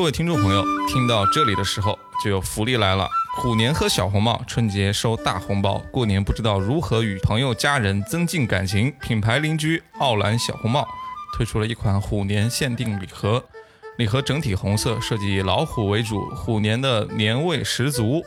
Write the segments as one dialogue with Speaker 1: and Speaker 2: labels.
Speaker 1: 各位听众朋友，听到这里的时候就有福利来了。虎年喝小红帽，春节收大红包，过年不知道如何与朋友家人增进感情，品牌邻居奥兰小红帽推出了一款虎年限定礼盒，礼盒整体红色，设计以老虎为主，虎年的年味十足。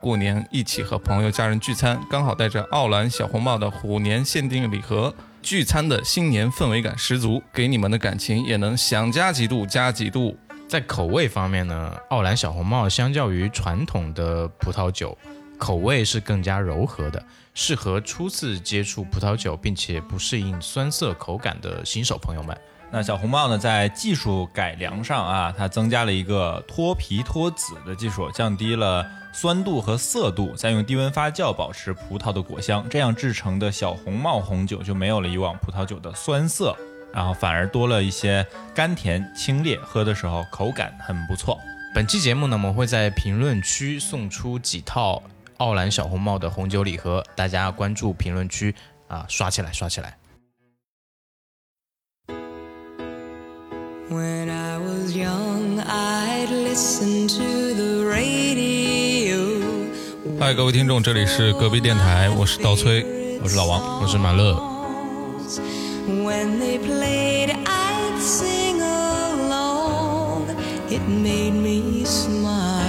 Speaker 1: 过年一起和朋友家人聚餐，刚好带着奥兰小红帽的虎年限定礼盒，聚餐的新年氛围感十足，给你们的感情也能想加几度加几度。
Speaker 2: 在口味方面呢，奥兰小红帽相较于传统的葡萄酒，口味是更加柔和的，适合初次接触葡萄酒并且不适应酸涩口感的新手朋友们。
Speaker 3: 那小红帽呢，在技术改良上啊，它增加了一个脱皮脱籽的技术，降低了酸度和涩度，再用低温发酵保持葡萄的果香，这样制成的小红帽红酒就没有了以往葡萄酒的酸涩，然后反而多了一些甘甜清冽，喝的时候口感很不错。
Speaker 2: 本期节目呢，我们会在评论区送出几套奥兰小红帽的红酒礼盒，大家关注评论区啊，刷起来，刷起来！
Speaker 4: When I was young, I'd listen to the radio.
Speaker 1: 嗨，各位听众，这里是隔壁电台，我是刀崔，
Speaker 3: 我是老王，
Speaker 2: 我是马乐，
Speaker 4: When they played, I'd sing along. It made me smile.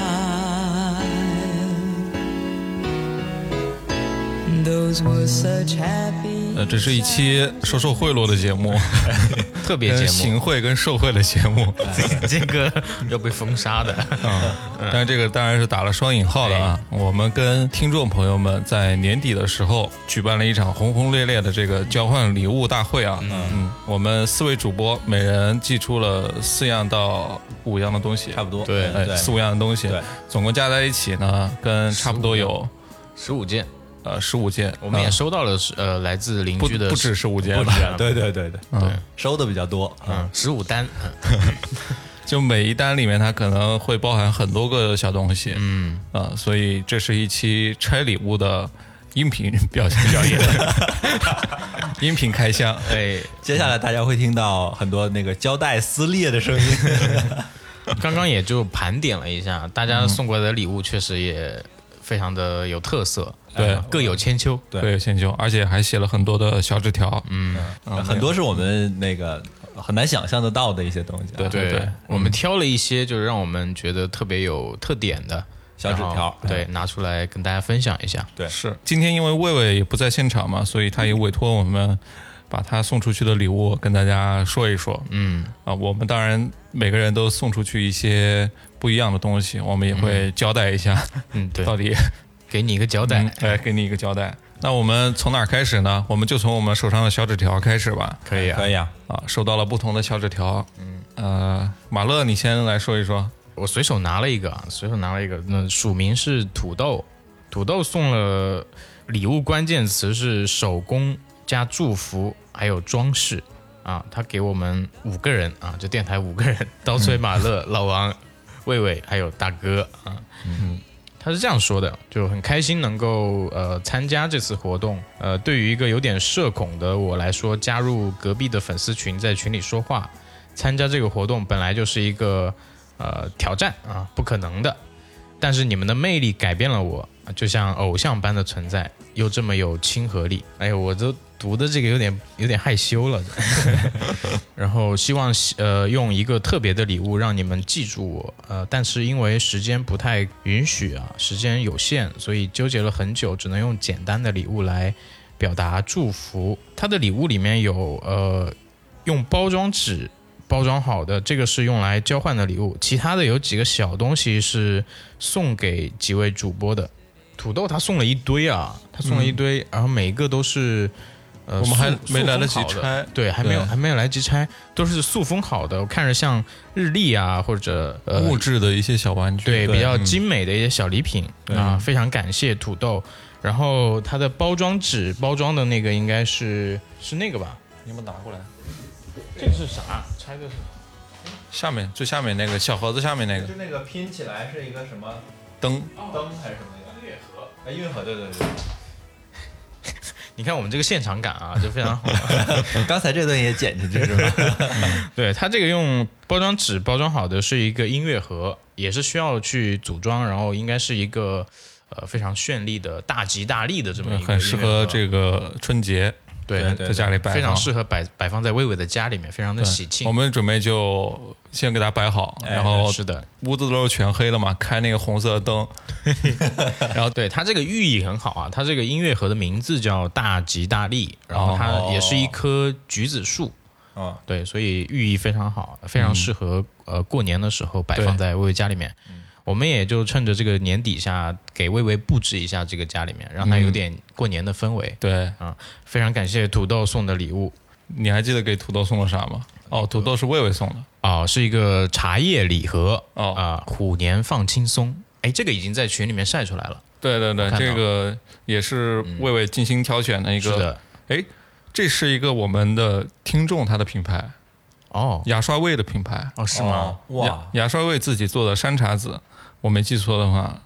Speaker 4: Those were such happy.
Speaker 1: 呃，这是一期收受贿赂的节目，
Speaker 2: 特别节目，
Speaker 1: 行贿跟受贿的节目，
Speaker 2: 这个要被封杀的。
Speaker 1: 啊但是这个当然是打了双引号的啊。我们跟听众朋友们在年底的时候举办了一场轰轰烈烈的这个交换礼物大会啊。嗯，我们四位主播每人寄出了四样到五样的东西，
Speaker 3: 差不多。嗯
Speaker 2: 对
Speaker 1: 哎
Speaker 3: 对，
Speaker 1: 四五样的东西
Speaker 3: 对，
Speaker 1: 总共加在一起呢，跟差不多有
Speaker 2: 十五件，
Speaker 1: 呃十五件。
Speaker 2: 我们也
Speaker 1: 啊
Speaker 2: 收到了是呃来自邻
Speaker 1: 不
Speaker 2: 居的
Speaker 1: 不止十五件
Speaker 2: 不
Speaker 1: 吧
Speaker 2: 止，啊
Speaker 3: 对对对对，
Speaker 1: 嗯。
Speaker 3: 收的比较多。嗯，
Speaker 2: 嗯十五单，嗯
Speaker 1: 就每一单里面它可能会包含很多个小东西，嗯啊、所以这是一期拆礼物的音频表表 演，音频开箱。
Speaker 2: 哎，
Speaker 3: 接下来大家会听到很多那个胶带撕裂的声音。
Speaker 2: 刚刚也就盘点了一下，大家送过来的礼物确实也非常的有特色，
Speaker 1: 对
Speaker 2: 呃各有千秋。
Speaker 3: 对
Speaker 1: 对，先就，而且还写了很多的小纸条，嗯，
Speaker 3: 很多是我们那个很难想象得到的一些东西、啊。
Speaker 1: 对
Speaker 2: 对我们挑了一些就是让我们觉得特别有特点的
Speaker 3: 小纸条
Speaker 2: 然后对，拿出来跟大家分享一下。
Speaker 3: 对
Speaker 1: 是。今天因为魏魏也不在现场嘛，所以他也委托我们把他送出去的礼物跟大家说一说，嗯啊，我们当然每个人都送出去一些不一样的东西，我们也会交代一下、
Speaker 2: 嗯，对，
Speaker 1: 到底
Speaker 2: 给你一个交代。
Speaker 1: 嗯来给你一个交代。那我们从哪儿开始呢？我们就从我们手上的小纸条开始吧。
Speaker 2: 可以啊，
Speaker 3: 可以啊，
Speaker 1: 啊，收到了不同的小纸条，嗯，呃，马乐，你先来说一说。
Speaker 2: 我随手拿了一个啊，随手拿了一个，那署名是土豆，土豆送了礼物，关键词是手工加祝福，还有装饰啊。他给我们五个人啊，就电台五个人，刀崔、马乐、老王、魏魏还有大哥啊。他是这样说的，就很开心能够呃参加这次活动。呃，对于一个有点社恐的我来说，加入隔壁的粉丝群，在群里说话，参加这个活动本来就是一个呃挑战啊，不可能的。但是你们的魅力改变了我，就像偶像般的存在，又这么有亲和力。哎呦，我都读的这个有点有点害羞了。然后希望呃用一个特别的礼物让你们记住我，呃，但是因为时间不太允许啊，时间有限，所以纠结了很久，只能用简单的礼物来表达祝福。它的礼物里面有呃用包装纸包装好的，这个是用来交换的礼物，其他的有几个小东西是送给几位主播的。土豆他送了一堆啊，他送了一堆，然后每一个都是。呃，
Speaker 1: 我们还
Speaker 2: 塑塑
Speaker 1: 没来
Speaker 2: 封
Speaker 1: 得及
Speaker 2: 好的
Speaker 1: 拆
Speaker 2: 对，还没有
Speaker 1: 对
Speaker 2: 还没有来及拆，都是塑封好的。我看着像日历啊，或者呃，
Speaker 1: 物质的一些小玩具，
Speaker 2: 对嗯比较精美的一些小礼品啊，非常感谢土豆。然后它的包装纸包装的那个应该是是那个吧？
Speaker 1: 你们拿过来，
Speaker 2: 这个是啥？拆的是
Speaker 1: 下面最下面那个小盒子下面那个
Speaker 3: 那个拼起来是一个什么
Speaker 1: 灯，
Speaker 3: 灯还是什么的？月河，哎，月河，对对对，
Speaker 2: 你看我们这个现场感 啊，就非常好。
Speaker 3: 嗯
Speaker 5: 刚才这段也剪进去是 吧？
Speaker 2: 对它这个用包装纸包装好的是一个音乐盒，也是需要去组装，然后应该是一个呃非常绚丽的大吉大利的这么一个音乐盒，
Speaker 1: 很适合这个春节
Speaker 2: 对
Speaker 3: 对
Speaker 1: 在家里摆
Speaker 2: 非常
Speaker 1: 放
Speaker 2: 适合摆摆放在魏魏的家里面，非常的喜
Speaker 1: 我
Speaker 2: 庆。哎
Speaker 1: 们准备就先给它摆好，然后
Speaker 2: 是的，
Speaker 1: 屋子都是全黑了嘛，开那个红色的灯，
Speaker 2: 然哦后对它这个寓意很好啊，它这个音乐盒的名字叫大吉大利，然后它也是一棵橘子树，
Speaker 3: 哦，
Speaker 2: 对，所以寓意非常好，非常适合、呃过年的时候摆放在薇薇家里面。我们也就趁着这个年底下给薇薇布置一下这个家里面，让她有点过年的氛围。
Speaker 1: 对，
Speaker 2: 非常感谢土豆送的礼物
Speaker 1: 你还记得给土豆送了啥吗？哦，土豆是魏魏送的，
Speaker 2: 哦，是一个茶叶礼盒
Speaker 1: 哦
Speaker 2: 啊、虎年放轻松。哎，这个已经在群里面晒出来了。
Speaker 1: 对对对，
Speaker 2: 看到
Speaker 1: 这个也是魏魏精心挑选的一
Speaker 2: 是
Speaker 1: 个，
Speaker 2: 的，
Speaker 1: 哎，这是一个我们的听众他的品牌，
Speaker 2: 哦
Speaker 1: 牙刷味的品牌，
Speaker 2: 哦，是吗？
Speaker 3: 哦？哇，
Speaker 1: 牙牙刷味自己做的山茶籽，我没记错的话，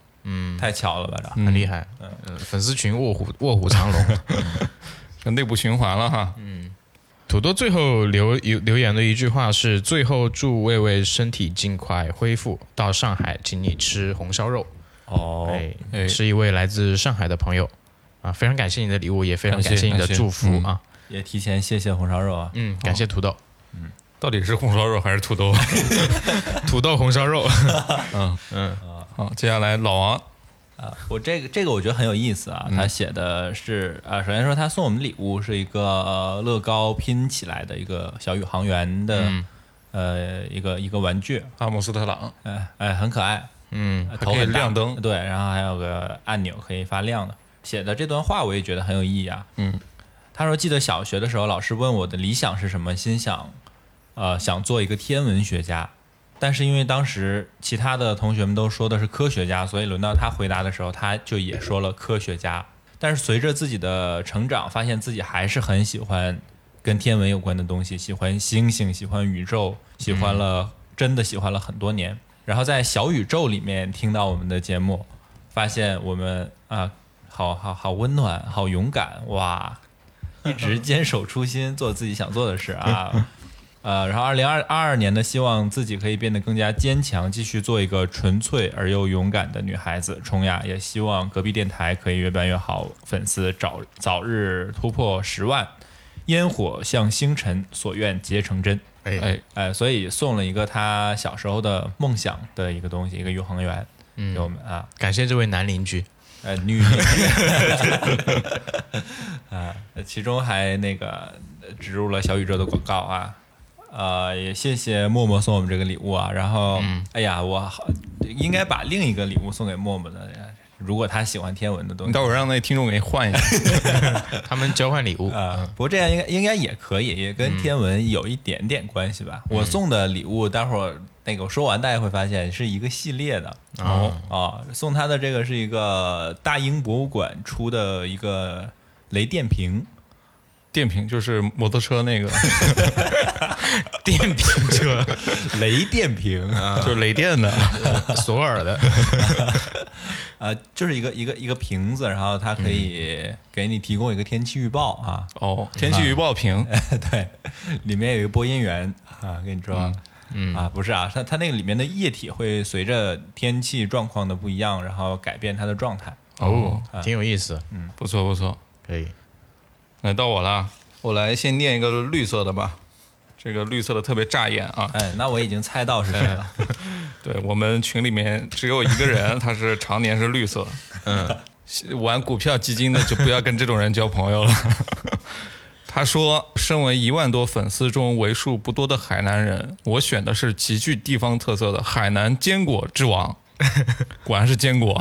Speaker 3: 太巧了吧这。
Speaker 2: 很啊厉害，嗯，粉丝群卧虎卧虎藏龙。
Speaker 1: 这内部循环了哈，
Speaker 2: 嗯土豆最后留留留言的一句话是：“最后祝魏魏身体尽快恢复，到上海请你吃红烧肉。
Speaker 3: 哦
Speaker 2: 哎
Speaker 1: 哎
Speaker 2: 是一位来自上海的朋友啊，非常感谢你的礼物，也非常感谢你的
Speaker 1: 感谢
Speaker 2: 祝福
Speaker 1: 嗯
Speaker 2: 啊，
Speaker 3: 也提前谢谢红烧肉啊。
Speaker 2: 嗯，感谢土豆，
Speaker 1: 到底是红烧肉还是土豆？
Speaker 2: 土豆红烧肉，
Speaker 1: 好，接下来老王，
Speaker 3: 啊，我这个这个我觉得很有意思啊，他写的是啊，首先说他送我们礼物是一个呃乐高拼起来的一个小宇航员的、呃一个一个玩具，
Speaker 1: 阿姆斯特朗，
Speaker 3: 哎哎很可爱，呃
Speaker 2: 嗯，
Speaker 1: 还
Speaker 3: 头
Speaker 1: 可以
Speaker 3: 很大
Speaker 1: 亮灯
Speaker 3: 对，然后还有个按钮可以发亮的。写的这段话我也觉得很有意义啊，
Speaker 1: 嗯，
Speaker 3: 他说记得小学的时候，老师问我的理想是什么，心想呃想做一个天文学家，但是因为当时其他的同学们都说的是科学家，所以轮到他回答的时候，他就也说了科学家。但是随着自己的成长，发现自己还是很喜欢跟天文有关的东西，喜欢星星，喜欢宇宙，喜欢了、真的喜欢了很多年。然后在小宇宙里面听到我们的节目，发现我们啊，好好好温暖，好勇敢，哇！一直坚守初心，做自己想做的事啊。呃，然后二零二二年呢，希望自己可以变得更加坚强，继续做一个纯粹而又勇敢的女孩子。冲呀！也希望隔壁电台可以越办越好，粉丝早早日突破十万，烟火像星辰，所愿皆成真。
Speaker 1: 哎，
Speaker 3: 哎、所以送了一个他小时候的梦想的一个东西，一个宇航员给我们啊，
Speaker 2: 感谢这位男邻居，
Speaker 3: 呃，女邻居啊，其中还那个植入了小宇宙的广告啊，呃，也谢谢默默送我们这个礼物啊，然后，哎呀，我好应该把另一个礼物送给默默的，如果他喜欢天文的东
Speaker 1: 你
Speaker 3: 西
Speaker 1: 待会儿让那听众给你换一下，
Speaker 2: 他们交换礼物，
Speaker 3: 啊、不过这样应该应该也可以，也跟天文有一点点关系吧。我送的礼物，待会儿那个我说完，大家会发现是一个系列的。
Speaker 2: 哦
Speaker 3: 啊，送他的这个是一个大英博物馆出的一个雷电 瓶，
Speaker 1: 电瓶就是摩托车那个，
Speaker 2: 电瓶车，
Speaker 3: 雷电瓶啊，
Speaker 1: 就是雷电 的，
Speaker 2: 索尔的，
Speaker 3: 呃，就是一个一个一个瓶子，然后它可以给你提供一个天气预报啊，
Speaker 1: 哦，天气预报瓶，
Speaker 2: 嗯
Speaker 3: 对，里面有一个播音员啊，跟你说。嗯啊，不是啊，它它那个里面的液体会随着天气状况的不一样，然后改变它的状态。
Speaker 2: 哦，挺有意思，
Speaker 1: 不错不错，
Speaker 2: 可以，
Speaker 1: 那到我了，我来先念一个绿色的吧，这个绿色的特别扎眼啊，
Speaker 3: 哎，那我已经猜到是谁了。
Speaker 1: 哎对我们群里面只有一个人， 他是常年是绿色，嗯， 玩股票基金的就不要跟这种人交朋友了。 他说，身为一万多粉丝中为数不多的海南人，我选的是极具地方特色的海南坚果之王， 果然是坚果。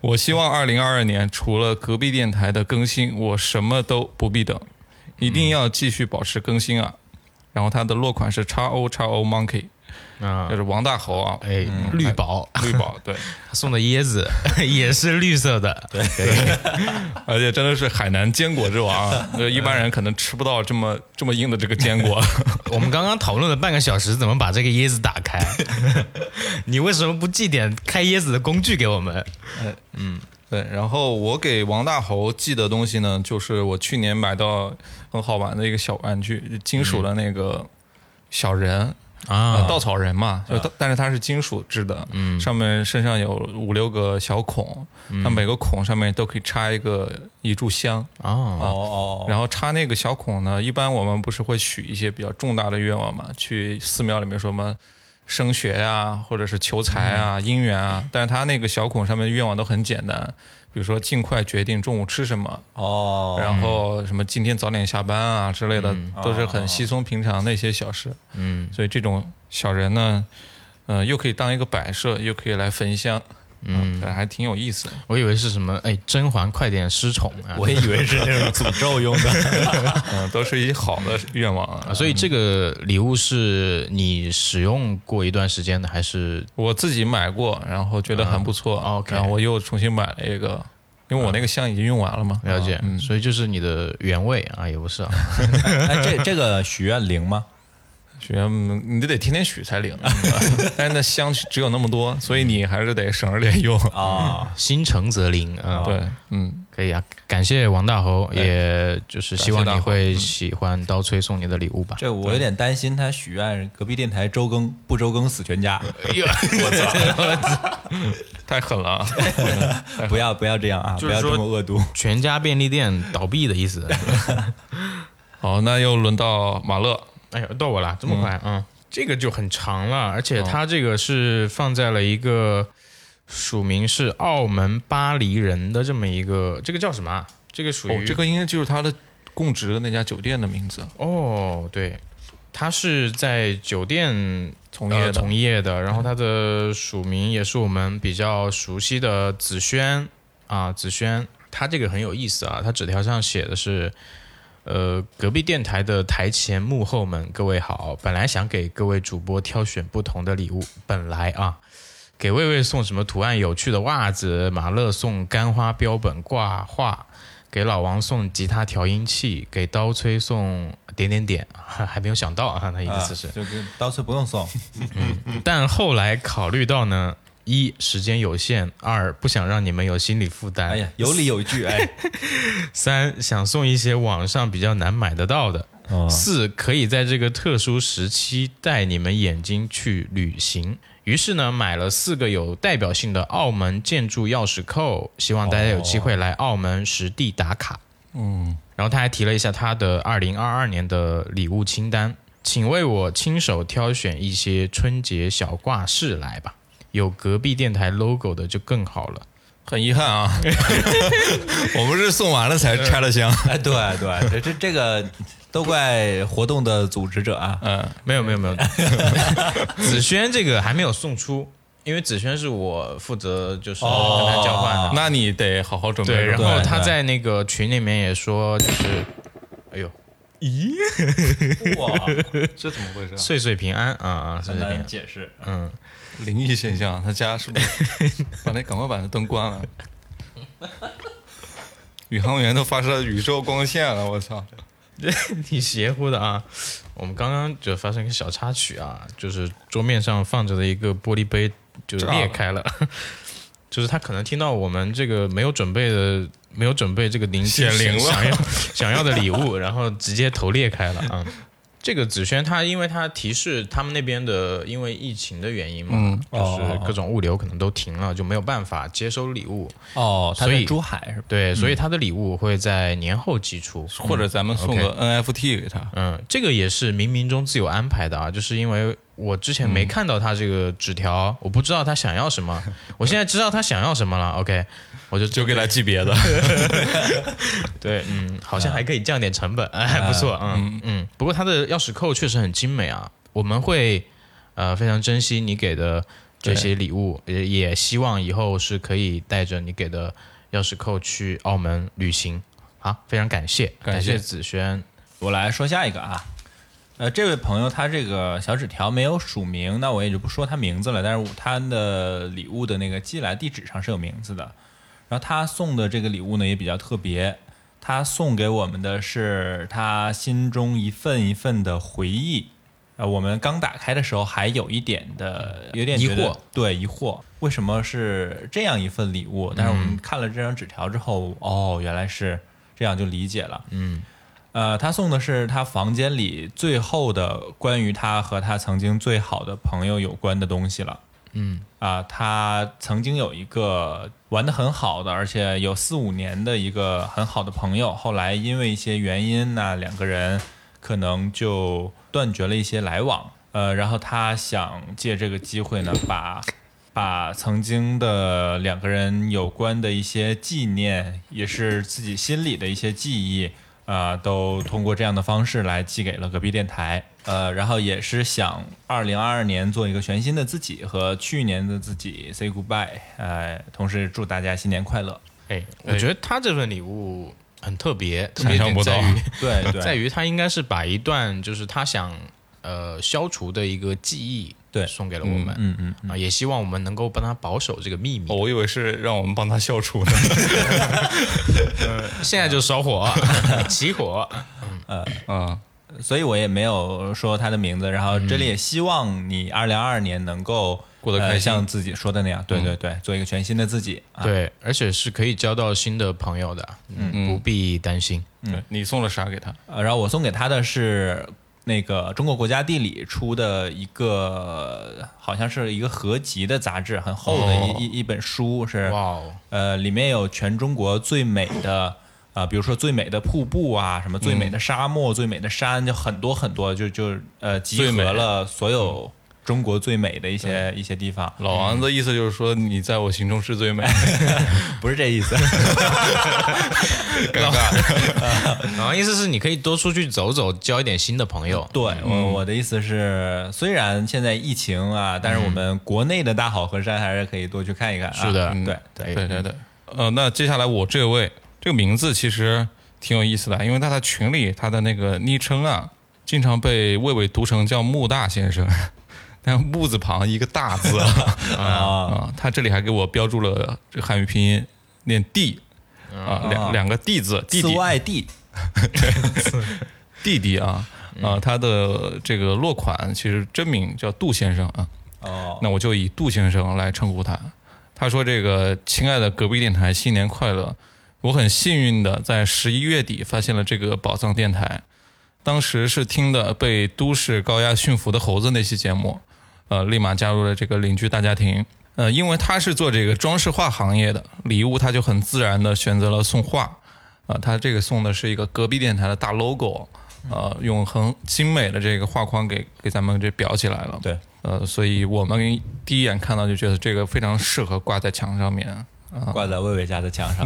Speaker 1: 我希望二零二二年除了隔壁电台的更新，我什么都不必等，一定要继续保持更新啊。然后它的落款是 x o x o monkey，
Speaker 2: 啊
Speaker 1: 就，是王大猴啊，
Speaker 2: 哎，绿宝
Speaker 1: 绿宝对，
Speaker 2: 送的椰 子也是绿色的，对，
Speaker 1: 而且真的是海南坚果之 王啊，呃一般人可能吃不到这么这么硬的这个坚 果。
Speaker 2: 我们刚刚讨论了半个小时，怎么把这个椰子打 开？你为什么不寄点开椰子的工具给我们？
Speaker 1: 对，然后我给王大猴寄的东西呢，就是我去年买到很好玩的一个小玩具，金属的那个嗯小人。
Speaker 2: 啊
Speaker 1: 呃，稻草人嘛，就它但是它是金属制的，
Speaker 2: 嗯
Speaker 1: 上面身上有五六个小孔，那每个孔上面都可以插一个一炷香，
Speaker 2: 啊，
Speaker 3: 哦
Speaker 1: 然后插那个小孔呢，一般我们不是会许一些比较重大的愿望嘛，去寺庙里面说什么升学啊，或者是求财啊、
Speaker 2: 嗯
Speaker 1: 姻缘啊，但是他那个小孔上面的愿望都很简单，比如说尽快决定中午吃什么，
Speaker 3: 哦哦，
Speaker 1: 然后什么今天早点下班啊之类的，都是很稀松平常的一些小事。
Speaker 2: 嗯
Speaker 1: 所以这种小人呢，呃，又可以当一个摆设，又可以来焚香，
Speaker 2: 嗯，
Speaker 1: 这还挺有意思的。
Speaker 2: 我以为是什么哎，甄嬛快点失宠啊，
Speaker 3: 我也以为是那种诅咒 用的，
Speaker 1: 嗯，都是一些好的愿望啊。
Speaker 2: 啊所以这个礼物是你使用过一段时间的，还是
Speaker 1: 我自己买过，然后觉得很不错、
Speaker 2: 啊，OK
Speaker 1: 然后我又重新买了一个，因为我那个香已经用完了嘛。
Speaker 2: 了解？所以就是你的原味啊，也不是啊，
Speaker 3: 哎，这这个许愿灵吗？
Speaker 1: 许愿你得天天许才灵，
Speaker 2: 嗯
Speaker 1: 但是那香只有那么多，所以你还是得省着点用。
Speaker 2: 哦
Speaker 1: 嗯
Speaker 3: 啊，
Speaker 2: 心诚则灵啊。
Speaker 1: 对，嗯，
Speaker 2: 可以啊，感谢王大猴，也就是希望
Speaker 1: 感谢
Speaker 2: 你
Speaker 1: 大猴
Speaker 2: 会喜欢刀崔送你的礼物吧。
Speaker 3: 这我有点担心他许愿隔壁电台周更不周更死 全家，
Speaker 1: 太狠了啊！
Speaker 3: 不要不要这样啊，
Speaker 2: 就
Speaker 3: 不
Speaker 2: 是
Speaker 3: 要
Speaker 2: 说
Speaker 3: 这么恶毒。
Speaker 2: 全家便利店倒闭的意思。
Speaker 1: 好，那又轮到马乐，
Speaker 2: 哎呦，到我了，这么快啊、嗯这个就很长了，而且它这个是放在了一个署名是澳门巴黎人的这么一个，这个叫什么啊？这个属于、
Speaker 1: 哦，这个应该就是他的供职的那家酒店的名字，
Speaker 2: 哦，对，他是在酒店
Speaker 1: 从业
Speaker 2: 呃
Speaker 1: 的
Speaker 2: 从业的，然后他的署名也是我们比较熟悉的子轩啊，子轩，他这个很有意思啊，他纸条上写的是。呃，隔壁电台的台前幕后们，各位好！本来想给各位主播挑选不同的礼物，本来啊，给魏魏送什么图案有趣的袜子，马乐送干花标本挂画，给老王送吉他调音器，给刀崔送点点点， 还还没有想到啊，他意思是，
Speaker 3: 啊就跟刀崔不 用送，
Speaker 2: 但后来考虑到呢，一时间有限，二不想让你们有心理负担，
Speaker 3: 哎呀，有理有据，哎，
Speaker 2: 三想送一些网上比较难买得到的，
Speaker 3: 哦
Speaker 2: 四可以在这个特殊时期带你们眼睛去旅行。于是呢，买了四个有代表性的澳门建筑钥匙扣，希望大家有机会来澳门实地打卡。嗯，然后他还提了一下他的二零二二年的礼物清单，请为我亲手挑选一些春节小挂饰来吧，有隔壁电台 logo 的就更好了。
Speaker 1: 很遗憾 啊， 我们是送完了才拆了箱。
Speaker 3: 哎， 对对，这这这个都怪活动的组织者啊，
Speaker 1: 嗯，
Speaker 2: 没有没有 没有，子轩这个还没有送出，因为子轩是我负责就是跟他交换的。
Speaker 1: 那你得好好准备。
Speaker 2: 哦啊对，然后
Speaker 3: 对
Speaker 2: 他在那个群里面也说，就是，哎呦，
Speaker 3: 哇，
Speaker 1: 这怎么回事？
Speaker 2: 岁岁平安啊啊，岁岁平
Speaker 3: 很难
Speaker 2: 安。
Speaker 3: 解释。
Speaker 2: 嗯，
Speaker 1: 灵异现象，他家是不是？ 把那赶快把那灯关了。宇航员都发射宇宙光线了，我操！
Speaker 2: 挺邪乎的啊。我们刚刚就发生一个小插曲啊，就是桌面上放着的一个玻璃杯就
Speaker 1: 啊
Speaker 2: 裂开了， 就是他可能听到我们这个没有准备的。没有准备这个零
Speaker 1: 显灵了
Speaker 2: 想 要想要的礼物，然后直接头裂开了啊！这个子轩他因为他提示他们那边的因为疫情的原因嘛，
Speaker 1: 嗯哦
Speaker 2: 就是各种物流可能都停了，就没有办法接收礼物，
Speaker 3: 哦，他
Speaker 2: 所
Speaker 3: 在
Speaker 2: 以
Speaker 3: 珠海是吧？
Speaker 2: 对，
Speaker 1: 嗯
Speaker 2: 所以他的礼物会在年后寄出，
Speaker 1: 或者咱们送个 NFT 给他。
Speaker 2: 嗯，这个也是冥冥中自有安排的啊，就是因为我之前
Speaker 1: 嗯
Speaker 2: 没看到他这个纸条，我不知道他想要 什么，我现在知道他想要什么了。OK，我就
Speaker 1: 就给他寄别的， 啊
Speaker 2: 对，嗯，好像还可以降点成本，哎，不错，嗯嗯。不过他的钥匙扣确实很精美啊，我们会呃非常珍惜你给的这些礼物，也也希望以后是可以带着你给的钥匙扣去澳门旅行。好，非常感谢，
Speaker 1: 感
Speaker 2: 感
Speaker 1: 谢
Speaker 2: 谢子轩，
Speaker 3: 我来说下一个啊。呃，这位朋友他这个小纸条没有署名，那我也就不说他名字了。但是他的礼物的那个寄来地址上是有名字的。然后他送的这个礼物呢也比较特别，他送给我们的是他心中一份一份的回忆。呃，我们刚打开的时候还有一点的有点
Speaker 2: 疑
Speaker 3: 觉得
Speaker 2: 惑，
Speaker 3: 对疑惑，为什么是这样一份礼物？但是我们看了这张纸条之后，哦，原来是这样，就理解了。
Speaker 2: 嗯，
Speaker 3: 呃，他送的是他房间里最后的关于他和他曾经最好的朋友有关的东西了。
Speaker 2: 嗯，
Speaker 3: 啊、他曾经有一个玩的很好的，而且有四五年的一个很好的朋友，后来因为一些原因呢、两个人可能就断绝了一些来往。呃，然后他想借这个机会呢，把把曾经的两个人有关的一些纪念，也是自己心里的一些记忆，啊，都通过这样的方式来寄给了隔壁电台。呃，然后也是想二零二二年做一个全新的自己，和去年的自己 say goodbye。呃，同时祝大家新年快乐。
Speaker 2: 哎，我觉得他这份礼物很特别，特
Speaker 1: 想
Speaker 2: 别
Speaker 1: 象
Speaker 2: 点
Speaker 1: 不
Speaker 2: 在
Speaker 1: 到
Speaker 2: 于
Speaker 3: 对
Speaker 2: 在
Speaker 3: 对
Speaker 2: 于他应该是把一段就是他想呃消除的一个记忆
Speaker 3: 对
Speaker 2: 送给了我们，
Speaker 3: 嗯嗯
Speaker 2: 啊，也希望我们能够帮他保守这个秘密。
Speaker 1: 哦我以为是让我们帮他消除呢。
Speaker 2: 现在就烧 火， 起火，
Speaker 1: 啊，
Speaker 3: 所以我也没有说他的名字。然后这里也希望你二零二二年能够
Speaker 1: 过得开心
Speaker 3: 呃像自己说的那样，对对对，做一个全新的自己。啊，
Speaker 2: 对，而且是可以交到新的朋友的，嗯，不必担心。
Speaker 1: 对你送了啥给他？
Speaker 3: 呃，然后我送给他的是那个中国国家地理出的一个，好像是一个合集的杂志，很厚的一、
Speaker 1: 哦
Speaker 3: 一一本书，是
Speaker 2: 哇 哦，
Speaker 3: 呃，里面有全中国最美的。啊，比如说最美的瀑布啊，什么最美的沙漠、最美的山，就很多很多，就就呃集
Speaker 1: 最美
Speaker 3: 合了所有中国最美的一些一些地方，
Speaker 1: 老王的意思就是说你在我心中是最美，
Speaker 3: 不是这意思。
Speaker 1: 尴尬。
Speaker 2: 然啊后意思是你可以多出去走走，交一点新的 朋友。
Speaker 3: 对，我我的意思是，虽然现在疫情啊，但是我们国内的大好河山还是可以多去看一看啊。
Speaker 2: 是的哎
Speaker 3: 对对，
Speaker 1: 对对对，呃，那接下来我这位这个名字其实挺有意思的，因为他在群里他的那个昵称啊，经常被魏伟读成叫木大先生，但木字旁一个大字啊
Speaker 3: 啊，
Speaker 1: 啊，他这里还给我标注了这个汉语拼音，念弟啊，两两个弟字，弟
Speaker 3: 四
Speaker 1: 弟
Speaker 3: Y D，
Speaker 1: 弟弟啊啊，他的这个落款其实真名叫杜先生啊，
Speaker 3: 哦，
Speaker 1: 那我就以杜先生来称呼他。他说：“这个亲爱的隔壁电台，新年快乐！我很幸运的在十一月底发现了这个宝藏电台，当时是听的被都市高压驯服的猴子那期节目，呃，立马加入了这个邻居大家庭。呃，因为他是做这个装饰画行业的，礼物他就很自然的选择了送画，啊、他这个送的是一个隔壁电台的大 logo，呃，用很精美的这个画框给给咱们这裱起来了。
Speaker 3: 对，
Speaker 1: 呃，所以我们第一眼看到就觉得这个非常适合挂在墙上面。
Speaker 3: 挂在魏伟家的墙上。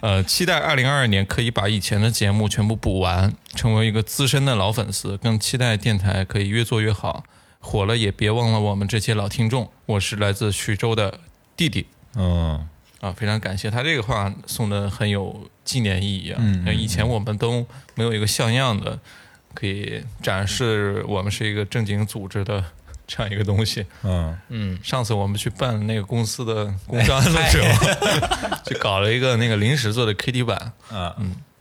Speaker 1: 呃，期待二零二二年可以把以前的节目全部补完，成为一个资深的老粉丝，更期待电台可以越做越好，火了也别忘了我们这些老听众。我是来自徐州的弟弟
Speaker 3: 嗯，
Speaker 1: 啊，非常感谢他这个话送的很有纪念意义啊，
Speaker 3: 嗯嗯
Speaker 1: 那以前我们都没有一个像样的可以展示我们是一个正经组织的这样一个东西。
Speaker 3: 嗯，
Speaker 2: 嗯，
Speaker 1: 上次我们去办那个公司的公章的时候， 就搞了一个那个临时做的 KT 版。
Speaker 3: 啊，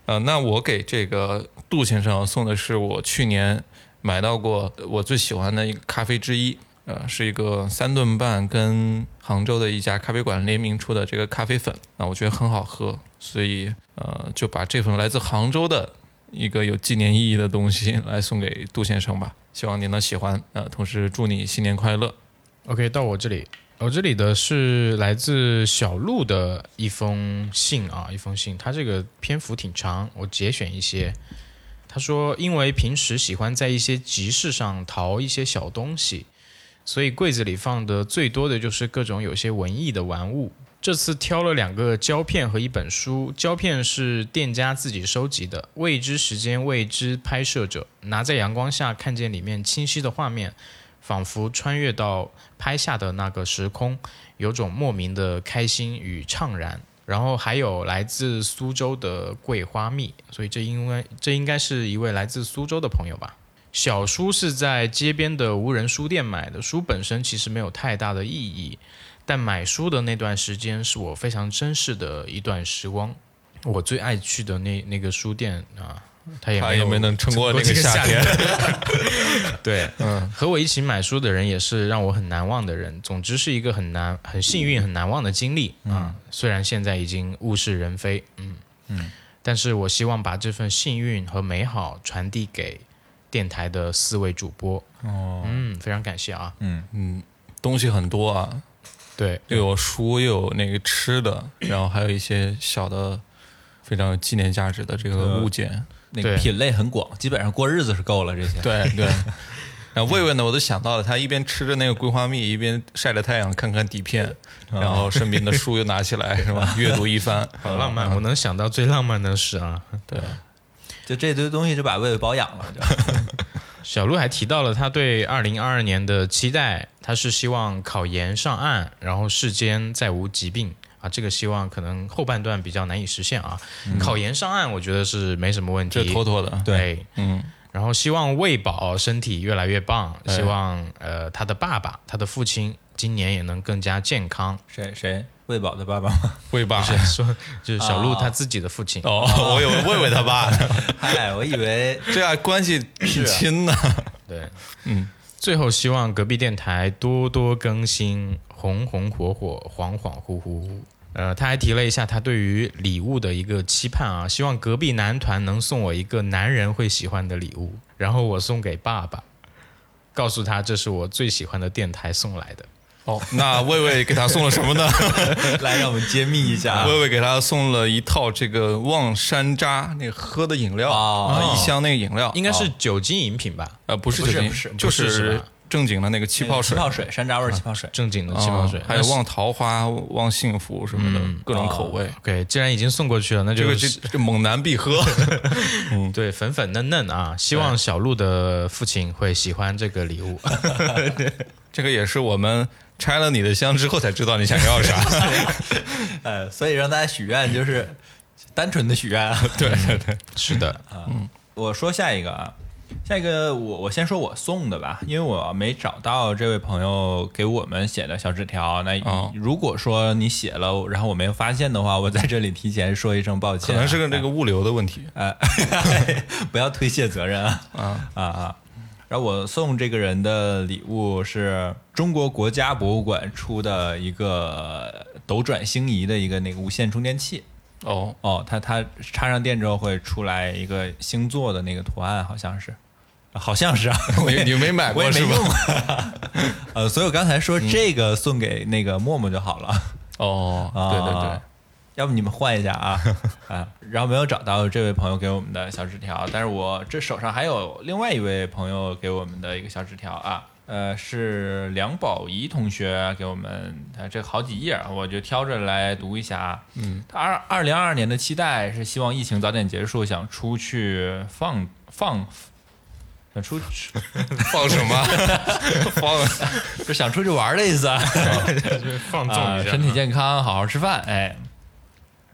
Speaker 1: 呃，那我给这个杜先生送的是我去年买到过我最喜欢的一个咖啡之一，呃，是一个三顿半跟杭州的一家咖啡馆联名出的这个咖啡粉，啊、我觉得很好喝，所以呃，就把这份来自杭州的一个有纪念意义的东西来送给杜先生吧，希望您能喜欢。呃，同时祝你新年快乐。
Speaker 2: OK，到我这里，我这里的是来自小鹿的一封信啊，一封信，它这个篇幅挺长，我节选一些。他说，因为平时喜欢在一些集市上淘一些小东西，所以柜子里放的最多的就是各种有些文艺的玩物。这次挑了两个胶片和一本书，胶片是店家自己收集的，未知时间、未知拍摄者，拿在阳光下看见里面清晰的画面，仿佛穿越到拍下的那个时空，有种莫名的开心与怅然。然后还有来自苏州的桂花蜜，所以这因为这应该是一位来自苏州的朋友吧。小书是在街边的无人书店买的，书本身其实没有太大的意义，但买书的那段时间是我非常珍视的一段时光。我最爱去的那那个书店啊，他也
Speaker 1: 他
Speaker 2: 没
Speaker 1: 也
Speaker 2: 有
Speaker 1: 没能撑过那
Speaker 2: 这
Speaker 1: 个夏天。
Speaker 2: 对，嗯，和我一起买书的人也是让我很难忘的人。总之是一个很难、很幸运、很难忘的经历啊、虽然现在已经物是人非，嗯
Speaker 3: 嗯，
Speaker 2: 但是我希望把这份幸运和美好传递给电台的四位主播。
Speaker 3: 哦，
Speaker 2: 嗯，非常感谢啊。
Speaker 3: 嗯，
Speaker 1: 嗯，东西很多啊，
Speaker 2: 对，
Speaker 1: 又有书，又有那个吃的，然后还有一些小的非常有纪念价值的这
Speaker 2: 啊
Speaker 1: 个物件。
Speaker 3: 那个
Speaker 2: 对
Speaker 3: 品类很广，基本上过日子是够了这些。
Speaker 1: 对 对。然后魏魏呢，我都想到了，他一边吃着那个桂花蜜，一边晒着太阳看看底片，
Speaker 2: 啊
Speaker 1: 然后身边的书又拿起 来，是吧？阅读一番，
Speaker 2: 好浪漫，我能想到最浪漫的事啊。
Speaker 1: 对，
Speaker 5: 就这堆东西就把魏魏包养了， 就
Speaker 2: 小鹿还提到了他对二零二二年的期待，他是希望考研上岸，然后世间再无疾病啊。这个希望可能后半段比较难以实现啊。考研上岸，我觉得是没什么问
Speaker 1: 嗯这
Speaker 2: 题。
Speaker 1: 妥妥的。
Speaker 2: 对，
Speaker 1: 嗯，
Speaker 2: 然后希望喂饱身体越来越棒，
Speaker 1: 哎
Speaker 2: 希望呃他的爸爸，他的父亲今年也能更加健康。
Speaker 5: 谁谁魏宝的爸爸吗？
Speaker 1: 魏爸啊
Speaker 2: 是说就是小鹿他自己的父亲。
Speaker 1: 哦，我有魏魏他 爸，
Speaker 5: 嗨，我以为
Speaker 1: 这样关系
Speaker 2: 啊
Speaker 1: 挺亲的。
Speaker 2: 对，
Speaker 1: 嗯，
Speaker 2: 最后希望隔壁电台多多更新，红红火火，恍恍惚惚。呃，他还提了一下他对于礼物的一个期盼啊，希望隔壁男团能送我一个男人会喜欢的礼物，然后我送给爸爸，告诉他这是我最喜欢的电台送来的。
Speaker 1: 哦，那魏魏给他送了什么呢？
Speaker 5: 来让我们揭秘一下啊，
Speaker 1: 微微给他送了一套这个望山楂那个喝的饮料，
Speaker 5: 哦
Speaker 1: 啊，一箱那个饮料，
Speaker 2: 应该是酒精饮品吧，
Speaker 1: 呃不是
Speaker 2: 不是
Speaker 1: 酒精
Speaker 2: 不是
Speaker 1: 就
Speaker 2: 不是是
Speaker 1: 是
Speaker 2: 吧
Speaker 1: 正经的那个气泡
Speaker 5: 气
Speaker 1: 水，
Speaker 5: 泡水，山楂味儿气泡水，
Speaker 2: 正经的
Speaker 1: 啊
Speaker 2: 气泡水。哎
Speaker 1: 还有望桃花、望幸福什么的各种口味，
Speaker 2: OK，既然已经送过去了，那
Speaker 1: 这
Speaker 2: 啊就
Speaker 1: 个这这猛男必 喝。
Speaker 2: 对，粉粉嫩嫩啊！希望小鹿的父亲会喜欢这个礼物。
Speaker 1: 这个也是我们拆了你的箱之后才知道你想要 啥。
Speaker 2: 嗯
Speaker 5: 呃，所以让大家许愿就是单纯的许愿啊。
Speaker 1: 对对对，
Speaker 2: 是的，
Speaker 3: 我说下一个啊，下一个我我先说我送的吧，因为我没找到这位朋友给我们写的小纸条。那
Speaker 1: 哦
Speaker 3: 如果说你写了，然后我没有发现的话，我在这里提前说一声抱
Speaker 1: 可
Speaker 3: 歉啊、
Speaker 1: 能是个这个物流的问题。
Speaker 3: 哎， 不要推卸责任啊啊啊！然后我送这个人的礼物是中国国家博物馆出的一个斗转星移的一个那个无线充电器
Speaker 2: 嗯
Speaker 1: 哦，
Speaker 3: 哦，它它插上电之后会出来一个星座的那个图案，好像是，好 像是啊，我也
Speaker 1: 你没买
Speaker 3: 我也
Speaker 1: 过
Speaker 3: 没
Speaker 1: 是吧？嗯
Speaker 3: 用， 呃，所以我刚才说这个送给那个默默就好了。
Speaker 1: 哦，
Speaker 3: 啊
Speaker 1: 对对对，
Speaker 3: 要不你们换一下 啊啊！然后没有找到这位朋友给我们的小纸条，但是我这手上还有另外一位朋友给我们的一个小纸条啊，呃，是梁宝仪同学给我们，呃，这好几页啊，我就挑着来读一下啊。嗯，他二二零二二年的期待是希望疫情早点结束，想出去放放，想 出去
Speaker 1: 放什 么？放
Speaker 3: 就想出去玩儿的意思啊。
Speaker 2: 放纵
Speaker 3: 啊，
Speaker 2: 一下，
Speaker 3: 身体健康，好好吃饭，哎。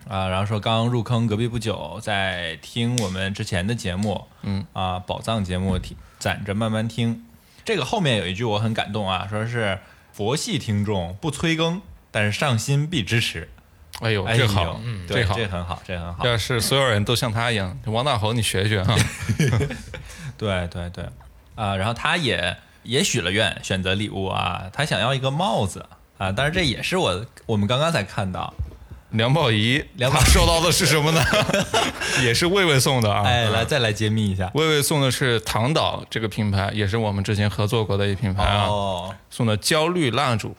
Speaker 3: 啊，然后说刚入坑，隔壁不久，在听我们之前的节目，嗯，啊，宝藏节目听攒着慢慢听。这个后面有一句我很感动啊，说是佛系听众不催更，但是上心必支持。
Speaker 1: 哎呦，
Speaker 3: 哎
Speaker 1: 这
Speaker 3: 呦，
Speaker 1: 好，
Speaker 2: 嗯
Speaker 3: 对，
Speaker 1: 这好
Speaker 3: 这很好，这很好。
Speaker 1: 要是所有人都像他一样，王大侯，你学学啊！
Speaker 3: 对对对，啊、然后他也也许了愿，选择礼物啊，他想要一个帽子啊，但是这也是我我们刚刚才看到，
Speaker 1: 梁宝仪，
Speaker 3: 梁宝
Speaker 1: 他收到的是什么 呢？也是魏魏送的啊。
Speaker 3: 哎，来再来揭秘一下，
Speaker 1: 魏魏送的是唐岛这个品牌，也是我们之前合作过的一品牌啊，
Speaker 3: 哦，
Speaker 1: 送的焦绿蜡烛，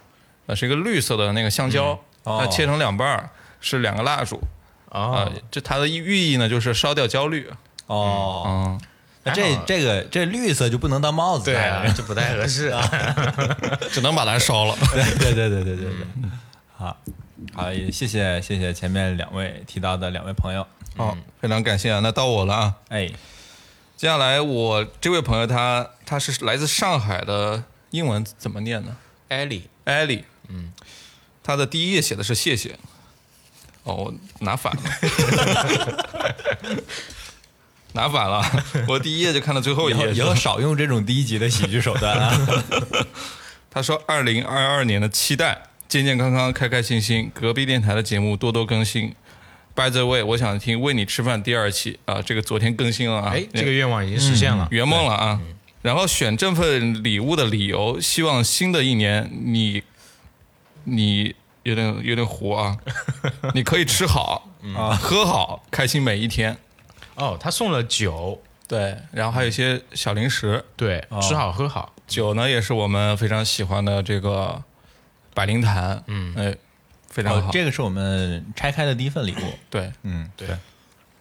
Speaker 1: 呃，是一个绿色的那个香蕉，
Speaker 3: 哦
Speaker 1: 它切成两半儿，是两个蜡烛啊、
Speaker 2: 哦，
Speaker 1: 这它的寓意呢，就是烧掉焦虑。
Speaker 3: 哦，
Speaker 1: 嗯，
Speaker 5: 那
Speaker 2: 还
Speaker 5: 这
Speaker 2: 好
Speaker 5: 这个这绿色就不能当帽子戴了，
Speaker 2: 这不太合适啊。
Speaker 1: 只能把它烧了。
Speaker 5: 对对对对对对，
Speaker 3: 好，好，也谢谢谢谢前面两位提到的两位朋友，
Speaker 1: 好、非常感谢啊，那到我了啊。
Speaker 3: 哎，
Speaker 1: 接下来我这位朋友他他是来自上海的，英文怎么念呢？
Speaker 2: 艾莉，
Speaker 1: 艾莉，嗯，他的第一页写的是谢谢，哦，我拿反了， 拿反了，我第一页就看到最后
Speaker 3: 以
Speaker 1: 一
Speaker 3: 后
Speaker 1: 页
Speaker 3: 以
Speaker 1: 是吧。
Speaker 3: 后少用这种低级的喜剧手段啊，
Speaker 1: 他说，二零二二年的期待，健健康康，开开心心，隔壁电台的节目多多更新。 By the way，我想听《为你吃饭》第二期啊，这个昨天更新了啊，
Speaker 2: 哎，嗯这个愿望已经实现了。
Speaker 1: 圆梦了啊。
Speaker 3: 嗯
Speaker 1: 然后选这份礼物的理由，希望新的一年你你有点有点糊 啊，你可以吃好
Speaker 3: 嗯
Speaker 1: 啊，喝好，开心每一天。
Speaker 2: 哦，他送了酒，
Speaker 1: 对，然后还有一些小零食，
Speaker 2: 对，吃好喝好。
Speaker 1: 酒呢也是我们非常喜欢的这个百灵坛，嗯，哎，非常好。
Speaker 3: 哦，这个是我们拆开的第一份礼物。
Speaker 1: 对，
Speaker 3: 嗯，
Speaker 2: 对，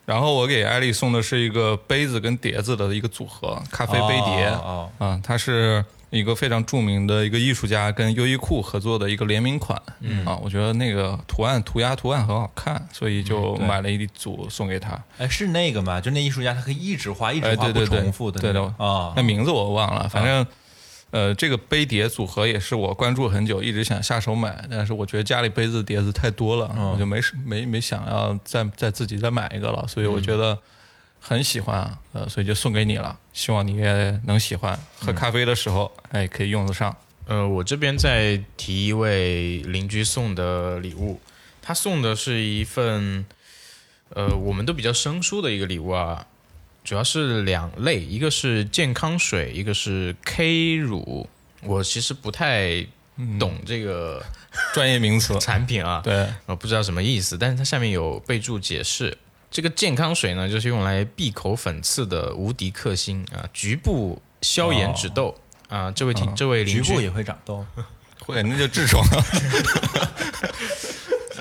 Speaker 1: 然后我给艾丽送的是一个杯子跟碟子的一个组合，咖啡杯碟。
Speaker 3: 哦
Speaker 1: 啊，它是一个非常著名的一个艺术家跟优衣库合作的一个联名款。嗯啊，我觉得那个图案涂鸦图案很好看，所以就买了一组送给他。
Speaker 3: 哎，是那个吗？就那艺术家，他可以一直画，一直
Speaker 1: 哎，
Speaker 3: 画
Speaker 1: 对
Speaker 3: 不
Speaker 1: 对对，
Speaker 3: 重复的
Speaker 1: 对的
Speaker 3: 那种。啊
Speaker 1: 那名字我忘了，反正。呃，这个杯碟组合也是我关注很久，一直想下手买，但是我觉得家里杯子碟子太多了，我就没什没没想要再再自己再买一个了，所以我觉得很喜欢啊，呃，所以就送给你了，希望你也能喜欢。喝咖啡的时候，哎，可以用得上。
Speaker 2: 呃，我这边再提一位邻居送的礼物，他送的是一份，呃，我们都比较生疏的一个礼物啊，主要是两类，一个是健康水，一个是 K 乳。我其实不太懂这个。
Speaker 1: 专业名词
Speaker 2: 产品啊，
Speaker 1: 对，
Speaker 2: 我不知道什么意思，但是它下面有备注解释。这个健康水呢，就是用来闭口粉刺的无敌克星啊，局部消炎止痘、啊。这位听，这位
Speaker 3: 哦嗯局
Speaker 2: 邻
Speaker 3: 部
Speaker 2: 居
Speaker 3: 也会长痘。
Speaker 1: 会那就痔疮了。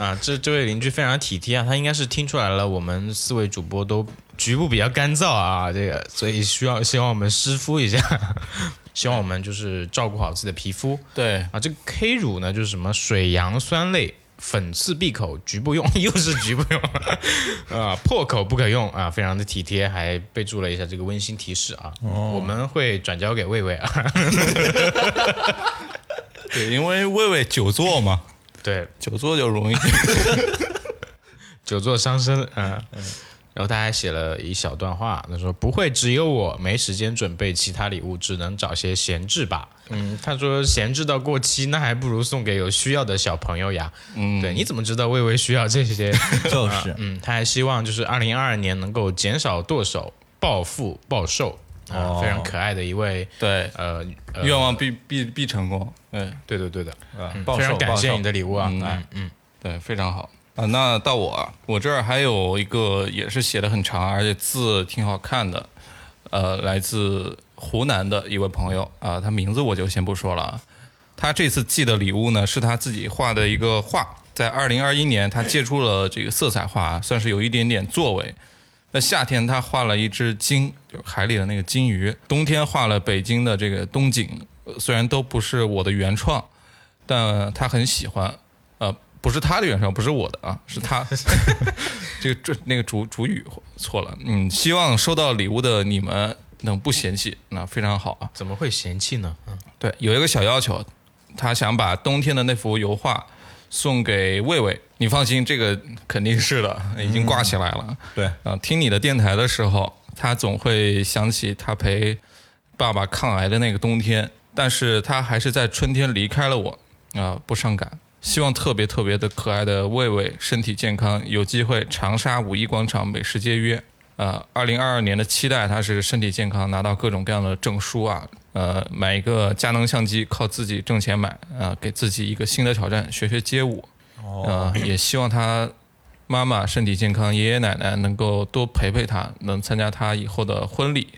Speaker 2: 啊，这这位邻居非常体贴啊，他应该是听出来了，我们四位主播都局部比较干燥啊，这个，所以需要希望我们湿敷一下， 希望我们就是照顾好自己的皮肤。
Speaker 1: 对，
Speaker 2: 啊，这个 K 乳呢，就是什么水杨酸类粉刺闭口局部用， 又是局部用啊，破口不可用啊，非常的体贴，还备注了一下这个温馨提示啊，我们会转交给魏魏啊，
Speaker 1: 对，因为魏魏久坐嘛，
Speaker 2: 对，
Speaker 1: 久坐就容易。
Speaker 2: 久坐伤身啊。然后他还写了一小段话，他说：“不会只有我没时间准备其他礼物，只能找些闲置吧。”嗯，他说闲置到过期，那还不如送给有需要的小朋友呀。嗯，对，你怎么知道魏魏需要这些？
Speaker 5: 就是
Speaker 2: 嗯，他还希望就是二零二二年能够减少剁手、暴富、暴瘦啊，非常可爱的一位
Speaker 1: 对，
Speaker 2: 呃呃，
Speaker 1: 愿望必必必成功。对
Speaker 2: 对的对的，嗯
Speaker 3: 哎啊暴
Speaker 2: 非常
Speaker 3: 瘦
Speaker 2: 感
Speaker 3: 暴
Speaker 2: 谢
Speaker 3: 瘦
Speaker 2: 你的礼物啊，
Speaker 1: 嗯
Speaker 2: 嗯嗯，
Speaker 1: 对，非常好啊。那到我啊，我这儿还有一个也是写的很长，而且字挺好看的，呃，来自湖南的一位朋友啊，他名字我就先不说了啊。他这次寄的礼物呢，是他自己画的一个画，在二零二一年他接触了这个色彩画，算是有一点点作为。那夏天他画了一只鲸，就海里的那个鲸鱼；冬天画了北京的这个冬景，呃虽然都不是我的原创，但他很喜欢。呃，不是他的原创，不是我的啊，是他这个这那个主主语错了。嗯，希望收到礼物的你们能不嫌弃，那非常好啊。
Speaker 2: 怎么会嫌弃呢？嗯
Speaker 1: 对，有一个小要求，他想把冬天的那幅油画送给魏魏。你放心，这个肯定是的，已经挂起来了。
Speaker 3: 对，
Speaker 1: 啊，听你的电台的时候，他总会想起他陪爸爸抗癌的那个冬天，但是他还是在春天离开了我，啊、不伤感。希望特别特别的可爱的魏魏身体健康，有机会长沙五一广场美食街约。呃，二零二二年的期待，他是身体健康，拿到各种各样的证书啊，呃，买一个佳能相机，靠自己挣钱买，啊、给自己一个新的挑战，学学街舞，啊、也希望他妈妈身体健康，爷爷奶奶能够多陪陪他，能参加他以后的婚礼，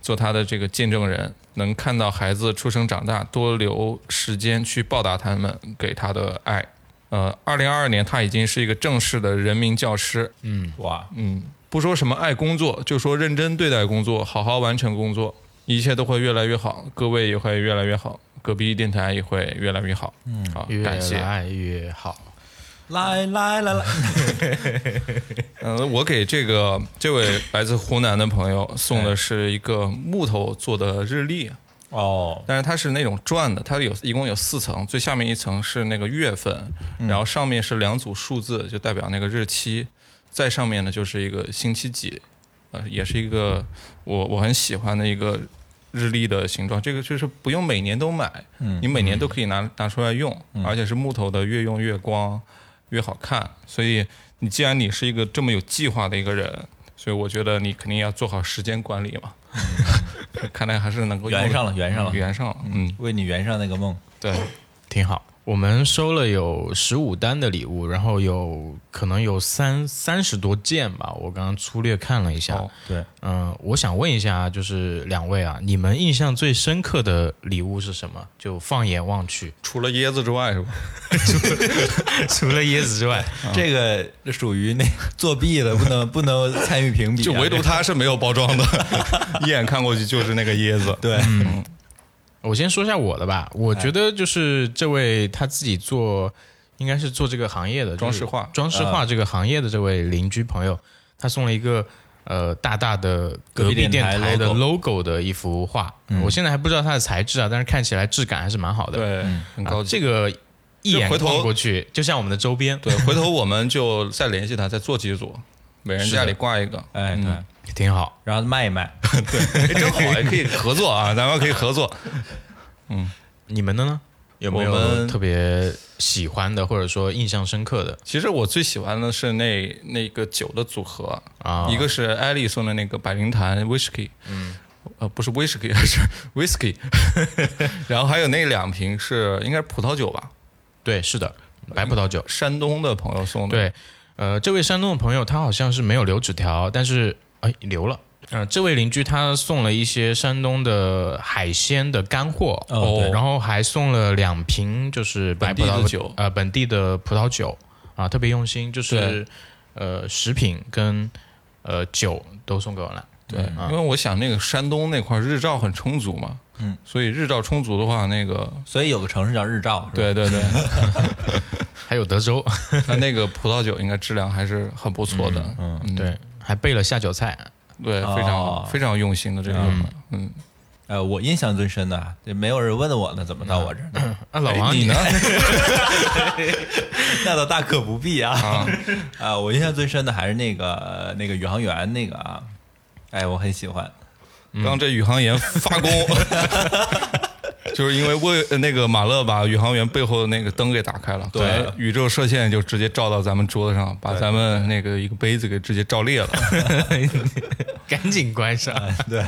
Speaker 1: 做他的这个见证人，能看到孩子出生长大，多留时间去报答他们给他的爱。呃，二零二二年他已经是一个正式的人民教师，
Speaker 3: 哇，
Speaker 1: 嗯，不说什么爱工作，就说认真对待工作，好好完成工作，一切都会越来越好，各位也会越来越好，隔壁电台也会越来越好。嗯，好，
Speaker 2: 越
Speaker 1: 感谢。
Speaker 2: 来越好。
Speaker 5: 来来来来，
Speaker 1: 嗯，我给这个这位来自湖南的朋友送的是一个木头做的日历，啊
Speaker 3: 哦，
Speaker 1: 但是它是那种转的，它有一共有四层，最下面一层是那个月份，然后上面是两组数字，就代表那个日期，再上面呢就是一个星期几，呃，也是一个我我很喜欢的一个日历的形状。这个就是不用每年都买，你每年都可以拿拿出来用，而且是木头的，越用越光越好看，所以你既然你是一个这么有计划的一个人，所以我觉得你肯定要做好时间管理嘛。看来还是能够用得
Speaker 6: 圆上了圆上了
Speaker 1: 圆上了，嗯，
Speaker 6: 为你圆上那个梦。
Speaker 1: 对，
Speaker 2: 挺好。我们收了有十五单的礼物，然后有可能有三三十多件吧，我刚刚粗略看了一下。
Speaker 1: 哦
Speaker 6: 对，
Speaker 2: 嗯、我想问一下，就是两位啊，你们印象最深刻的礼物是什么？就放眼望 去，
Speaker 1: 除了椰子之外是吧？
Speaker 2: 除了椰子之外，
Speaker 3: 这个这属于那 作弊的，不能 不能参与评比啊、
Speaker 1: 就唯独它是没有包装的， 一眼看过去就是那个椰子。
Speaker 3: 对，
Speaker 6: 嗯
Speaker 2: 我先说一下我的吧。
Speaker 1: 哎
Speaker 2: 我觉得就是这位他自己做，应该是做这个行业的
Speaker 1: 装饰画嗯
Speaker 2: 装饰画这个行业的这位邻居朋友，他送了一个呃大大的
Speaker 6: 隔
Speaker 2: 隔
Speaker 6: 壁
Speaker 2: 壁
Speaker 6: 电
Speaker 2: 电
Speaker 6: 台
Speaker 2: 台的
Speaker 6: logo
Speaker 2: logo 的一幅画。我现在还不知道它的材质啊，但是看起来质感还是蛮好的。
Speaker 1: 嗯对，很
Speaker 2: 啊，
Speaker 1: 高级。
Speaker 2: 这个一眼
Speaker 1: 这回头
Speaker 2: 望过去，就像我们的周边，
Speaker 1: 对，回头我们就再联系他，再做几组，每人家里挂一个。
Speaker 6: 哎对，
Speaker 2: 挺好。
Speaker 6: 然后卖一卖，
Speaker 1: 哎，真好，哎可以合作啊，咱们可以合作。
Speaker 2: 你们的呢？有没
Speaker 1: 我
Speaker 2: 有
Speaker 1: 们
Speaker 2: 特别喜欢的，或者说印象深刻的
Speaker 1: 其实我最喜欢的是那那个酒的组合，
Speaker 2: 啊？
Speaker 1: 一个是艾丽送的那个百灵坛 whisky，嗯，呃，不是 whisky，是 whisky，然后还有那两瓶是应该是葡萄酒吧，
Speaker 2: 对，是的，白葡萄酒。
Speaker 1: 山东的朋友送的，
Speaker 2: 对，呃，这位山东的朋友他好像是没有留纸条，但是哎留了。呃，这位邻居他送了一些山东的海鲜的干货
Speaker 6: 哦对
Speaker 2: 然后还送了两瓶就是白葡
Speaker 1: 本地
Speaker 2: 萄
Speaker 1: 的酒
Speaker 2: 呃，本地的葡萄酒啊，特别用心，就是
Speaker 1: 对
Speaker 2: 呃食品跟呃酒都送给我了。啊
Speaker 1: 对，因为我想那个山东那块儿日照很充足嘛，嗯，所以日照充足的话，那个
Speaker 3: 所以有个城市叫日照，是吧，
Speaker 1: 对对对，
Speaker 2: 还有德州，
Speaker 1: 它那个葡萄酒应该质量还是很不错的，嗯，哦
Speaker 2: 对，还备了下酒菜。
Speaker 1: 对，非常非常用心的这个，嗯，
Speaker 3: 呃，我印象最深的啊，这没有人问我呢，怎么到
Speaker 6: 嗯
Speaker 3: 我这儿的？
Speaker 2: 啊，老
Speaker 1: 哎
Speaker 2: 王
Speaker 1: 你呢？
Speaker 3: 那倒大可不必啊！ 啊、我印象最深的还是那个那个宇航员那个啊，哎，我很喜欢。
Speaker 1: 让这宇航员发功， 就是因为为呃那个马勒把宇航员背后的那个灯给打开了，
Speaker 3: 对，
Speaker 1: 宇宙射线就直接照到咱们桌子上，把咱们那个一个杯子给直接照裂了。
Speaker 2: 赶紧关上。
Speaker 1: 哎
Speaker 3: 对，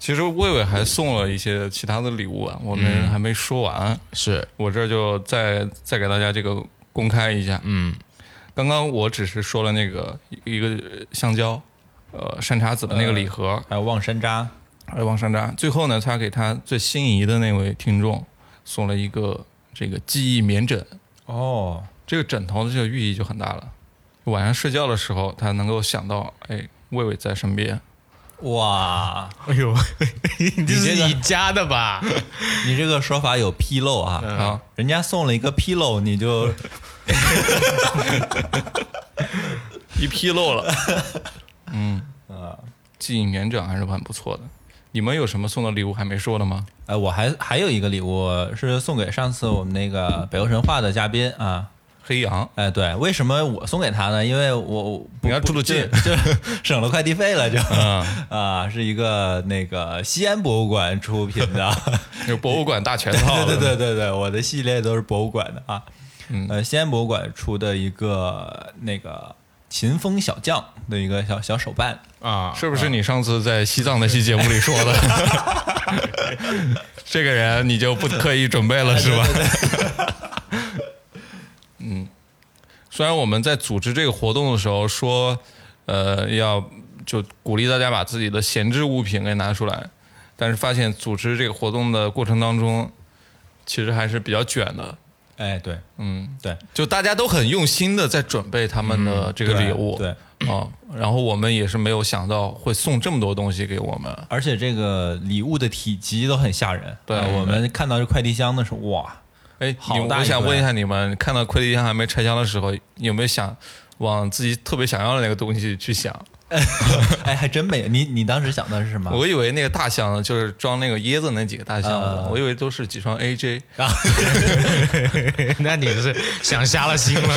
Speaker 1: 其实魏魏还送了一些其他的礼物啊，我们还没说完，
Speaker 2: 是，
Speaker 1: 我这儿就再再给大家这个公开一下。
Speaker 2: 嗯，
Speaker 1: 刚刚我只是说了那个一个香蕉，呃，山茶子的那个礼盒，
Speaker 6: 还有望山楂，
Speaker 1: 还有王山楂。最后呢，他给他最心仪的那位听众送了一个这个记忆棉枕，
Speaker 6: 哦，
Speaker 1: 这个枕头的这个寓意就很大了。晚上睡觉的时候，他能够想到，哎，魏魏在身边。
Speaker 3: 哇，
Speaker 2: 哎呦， 你这
Speaker 3: 这
Speaker 2: 是
Speaker 3: 个
Speaker 2: 你家的吧？
Speaker 3: 你这个说法有纰漏啊！
Speaker 6: 嗯
Speaker 1: 啊，
Speaker 3: 人家送了一个纰漏，你就
Speaker 1: 一纰漏 了。啊嗯，记忆棉枕还是很不错的。你们有什么送的礼物还没说的吗？
Speaker 3: 哎，我还还有一个礼物是送给上次我们那个北欧神话的嘉宾啊。
Speaker 1: 黑羊，
Speaker 3: 哎，对，为什么我送给他呢？因为我我不
Speaker 1: 你看住得近
Speaker 3: 就就省了快递费了就，
Speaker 1: 嗯
Speaker 3: 啊，是一个那个西安博物馆出品的，
Speaker 1: 有博物馆大全套
Speaker 3: 对
Speaker 1: 的。
Speaker 3: 对对对对，我的系列都是博物馆的啊。
Speaker 1: 嗯
Speaker 3: 呃，西安博物馆出的一个那个秦风小将的一个小小手办，
Speaker 2: 啊，
Speaker 1: 是不是你上次在西藏那期节目里说 的？这个人你就不刻意准
Speaker 3: 哎
Speaker 1: 备了是吧？嗯， 虽然我们在组织这个活动的时候说，呃，要就鼓励大家把自己的闲置物品给拿出来，但是发现组织这个活动的过程当中，其实还是比较卷的。
Speaker 3: 哎，对，
Speaker 1: 嗯，
Speaker 3: 对，
Speaker 1: 就大家都很用心的在准备他们的这个礼物，
Speaker 3: 嗯对
Speaker 1: 啊，然后我们也是没有想到会送这么多东西给我们，
Speaker 3: 而且这个礼物的体积都很吓人。
Speaker 1: 对
Speaker 3: 啊我们看到这快递箱的时候，哇，
Speaker 1: 哎，
Speaker 3: 好
Speaker 1: 你
Speaker 3: 大一
Speaker 1: 我想
Speaker 3: 个
Speaker 1: 问一下你们，看到快递箱还没拆箱的时候，有没有想往自己特别想要的那个东西去想？
Speaker 3: 哎，还真没有。你你当时想的是什么？
Speaker 1: 我以为那个大箱就是装那个椰子那几个大箱子
Speaker 3: 啊，
Speaker 1: 我以为都是几双 AJ，
Speaker 2: 那你是想瞎了心了？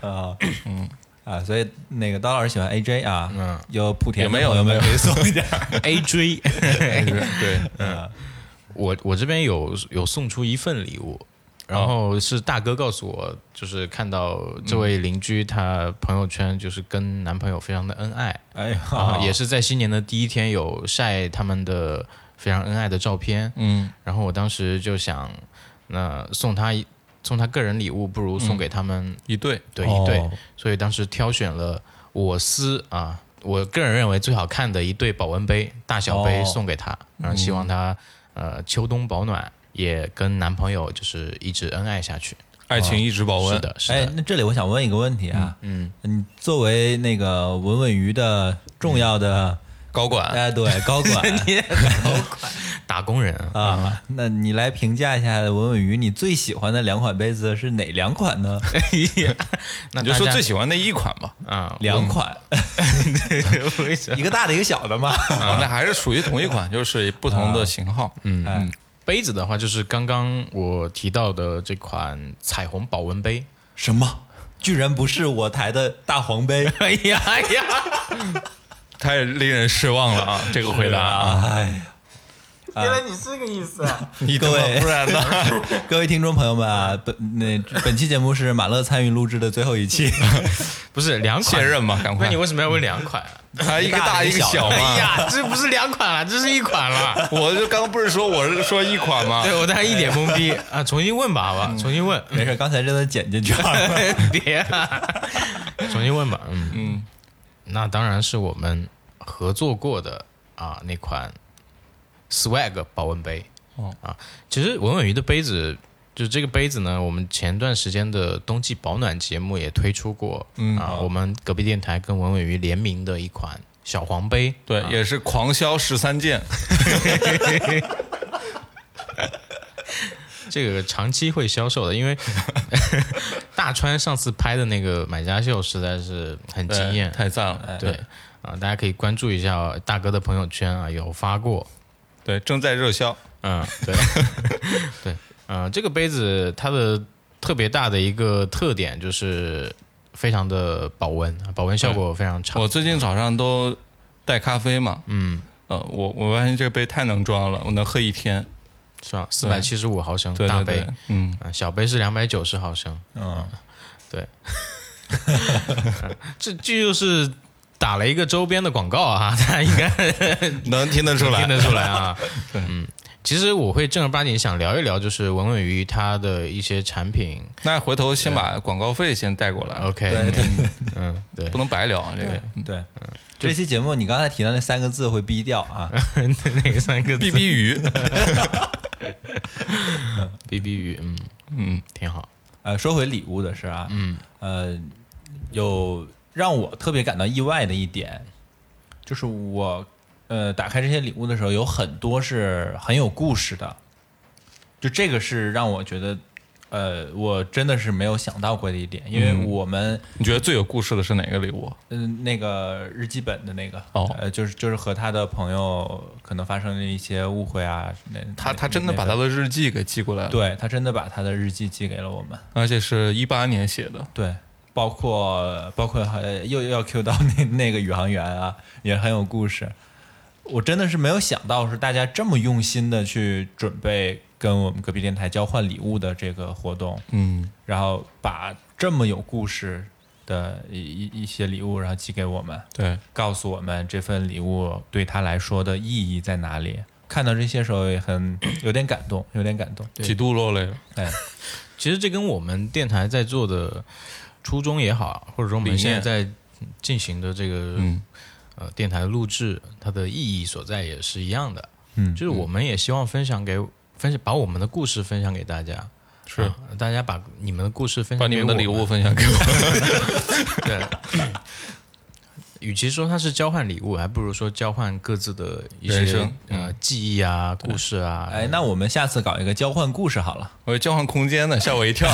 Speaker 3: 啊，嗯啊，所以那个刀老师喜欢 AJ 啊，
Speaker 2: 嗯，
Speaker 3: 有莆田
Speaker 1: 也没有
Speaker 3: 有没有
Speaker 1: 也没
Speaker 3: 可以送一点？
Speaker 2: A J，
Speaker 1: 对，
Speaker 2: 我我这边有有送出一份礼物，然后是大哥告诉我，就是看到这位邻居她朋友圈就是跟男朋友非常的恩爱，
Speaker 3: 哎呀，
Speaker 2: 啊，也是在新年的第一天有晒他们的非常恩爱的照片，
Speaker 1: 嗯，
Speaker 2: 然后我当时就想，那送他一送他个人礼物，不如送给他们、
Speaker 1: 一对，
Speaker 2: 对一对，
Speaker 3: 哦
Speaker 2: 所以当时挑选了我司啊，我个人认为最好看的一对保温杯，大小杯
Speaker 3: 哦
Speaker 2: 送给他，然后希望他呃秋冬保暖，也跟男朋友就是一直恩爱下去。
Speaker 1: 爱情一直保温。
Speaker 2: 啊是的，是
Speaker 3: 哎
Speaker 2: 的，，
Speaker 3: 那这里我想问一个问题啊，嗯，你作为那个文文娱的重要的，
Speaker 1: 高管，
Speaker 3: 哎，对，高管
Speaker 2: 打工人 啊，
Speaker 3: 啊，那你来评价一下文文娱，你最喜欢的两款杯子是哪两款呢？
Speaker 2: 那
Speaker 1: 你就
Speaker 2: 大
Speaker 1: 说
Speaker 2: 家
Speaker 1: 最喜欢那一款吧，
Speaker 2: 啊，
Speaker 3: 两款，一个大的，一个小的嘛。
Speaker 1: 那还是属于同一款，就是不同的型号。嗯，
Speaker 2: 杯子的话，就是刚刚我提到的这款彩虹保温杯。
Speaker 3: 什么？居然不是我台的大 黄杯！
Speaker 2: 哎呀哎呀，
Speaker 1: 太令人失望了啊！这个回答啊，
Speaker 3: 哎，
Speaker 7: 原来你是这个意思啊！
Speaker 1: 你
Speaker 3: 各位
Speaker 1: 不然呢？
Speaker 3: 各位听众朋友们啊，本那本期节目是马乐参与录制的最后一期，
Speaker 2: 不是两款
Speaker 1: 卸任吧赶快
Speaker 2: 那你为什么要问两款 啊？
Speaker 1: 还一个大一个小
Speaker 2: 哎
Speaker 1: 嘛。
Speaker 2: 呀，这不是两款啊了，这是一款 了。
Speaker 1: 我就刚不是说我是说一款吗？
Speaker 2: 对我当时一脸懵逼啊！重新问吧，好吧，重新问，
Speaker 3: 没事，刚才真的剪进去了。
Speaker 2: 别、啊，重新问吧。嗯嗯，那当然是我们合作过的啊那款 Swag 保温杯。
Speaker 1: 哦
Speaker 2: 啊，其实文文鱼的杯子，就是这个杯子呢，我们前段时间的冬季保暖节目也推出过。嗯啊，我们隔壁电台跟文文鱼联名的一款小黄杯。啊
Speaker 1: 对，也是狂销十三件，
Speaker 2: 这个长期会销售的，因为 大川上次拍的那个买家秀实在是很
Speaker 1: 对
Speaker 2: 惊艳，
Speaker 1: 太赞了。
Speaker 2: 对啊，大家可以关注一下大哥的朋友圈啊，有发过，
Speaker 1: 对，正在热销。
Speaker 2: 嗯， 对，对，呃，这个杯子它的特别大的一个特点就是非常的保温，保温效果非常差
Speaker 1: 嗯我，最近早上都带咖啡嘛，嗯，呃，我我发现这个杯太能装了，我能喝一天。
Speaker 2: 是吧？四百七十五毫升
Speaker 1: 对
Speaker 2: 大
Speaker 1: 对
Speaker 2: 杯，
Speaker 1: 对，嗯，
Speaker 2: 啊，小杯是两百九十毫升。嗯，对， 啊这这就是打了一个周边的广告啊，大家应该
Speaker 1: 能听得出来
Speaker 2: 听。得出 来啊。嗯，其实我会正儿八经想聊一聊，就是文文鱼它的一些产品。
Speaker 1: 那回头先把广告费先带过来，
Speaker 2: OK，嗯， 对
Speaker 1: 不，能白聊啊，这个
Speaker 3: 对，这期节目你刚才提到那三个字会逼掉啊。
Speaker 2: 那个三个字
Speaker 1: 哔哔鱼。
Speaker 2: B B 鱼，嗯嗯，挺好。
Speaker 3: 呃，说回礼物的事啊，嗯，呃，有让我特别感到意外的一点，就是我呃打开这些礼物的时候，有很多是很有故事的，就这个是让我觉得，呃，我真的是没有想到过的一点，因
Speaker 1: 嗯
Speaker 3: 为我们
Speaker 1: 你觉得最有故事的是哪个礼物？
Speaker 3: 嗯、那个日记本的那个
Speaker 1: 哦
Speaker 3: 呃，就是就是和他的朋友可能发生了一些误会啊，那
Speaker 1: 他
Speaker 3: 那
Speaker 1: 他真的
Speaker 3: 那
Speaker 1: 把他的日记给寄过来了，，
Speaker 3: 对他真的把他的日记寄给了我们。
Speaker 1: 而且是一八年写的，
Speaker 3: 对，包括包括还又又要 Q 到那那个宇航员啊，也很有故事。我真的是没有想到是大家这么用心的去准备跟我们隔壁电台交换礼物的这个活动，
Speaker 1: 嗯，
Speaker 3: 然后把这么有故事的一一一些礼物，然后寄给我们，
Speaker 1: 对，
Speaker 3: 告诉我们这份礼物对他来说的意义在哪里。看到这些时候也很有点感动，有点感动。
Speaker 1: 几度落泪了，
Speaker 3: 哎，
Speaker 2: 其实这跟我们电台在做的初衷也好，或者说我们
Speaker 1: 理
Speaker 2: 现
Speaker 1: 念嗯
Speaker 2: 在在进行的这个呃电台录制，它的意义所在也是一样的。
Speaker 3: 嗯
Speaker 2: 就是我们也希望分享给分享把我们的故事分享给大家，
Speaker 1: 是
Speaker 2: 啊大家把你们的故事分
Speaker 1: 把
Speaker 2: 享
Speaker 1: 你
Speaker 2: 给
Speaker 1: 们
Speaker 2: 我
Speaker 1: 的礼物分享给我。
Speaker 2: 对。与其说它是交换礼物，还不如说交换各自的一
Speaker 1: 人
Speaker 2: 些
Speaker 1: 生
Speaker 2: 呃记忆啊、故事啊。
Speaker 3: 哎，那我们下次搞一个交换故事好了。
Speaker 1: 我交换空间呢，吓我一跳。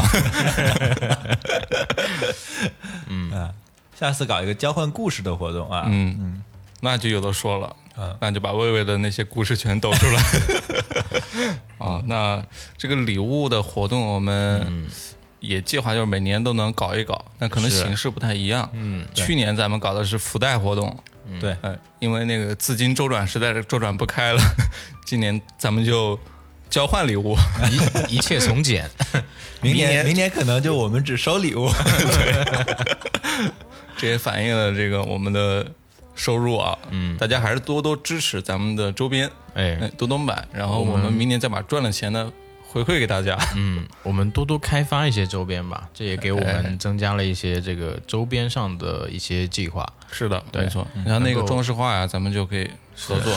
Speaker 3: 下次搞一个交换故事的活动啊。
Speaker 1: 嗯，那就有的说了，那就把魏魏的那些故事全抖出来。 啊，那这个礼物的活动我们也计划就是每年都能搞一搞，那可能形式不太一样。嗯，去年咱们搞的是福袋活动，
Speaker 3: 对，
Speaker 1: 呃，因为那个资金周转实在是周转不开了，今年咱们就交换礼物，
Speaker 2: 一 一切从简。
Speaker 3: 明
Speaker 1: 明年
Speaker 3: 年明年可能就我们只收礼物，
Speaker 1: 这也反映了这个我们的收入啊。嗯，大家还是多多支持咱们的周边，哎
Speaker 2: 哎，，
Speaker 1: 多多买，然后我们明年再把赚了钱呢回馈给大家。
Speaker 2: 嗯，我们多多开发一些周边吧，这也给我
Speaker 1: 哎
Speaker 2: 们增加了一些这个周边上的一些计划。
Speaker 1: 是的，
Speaker 2: 对嗯
Speaker 1: 没错。然后那
Speaker 2: 能
Speaker 1: 个
Speaker 2: 够
Speaker 1: 装饰画呀，咱们就可以合作。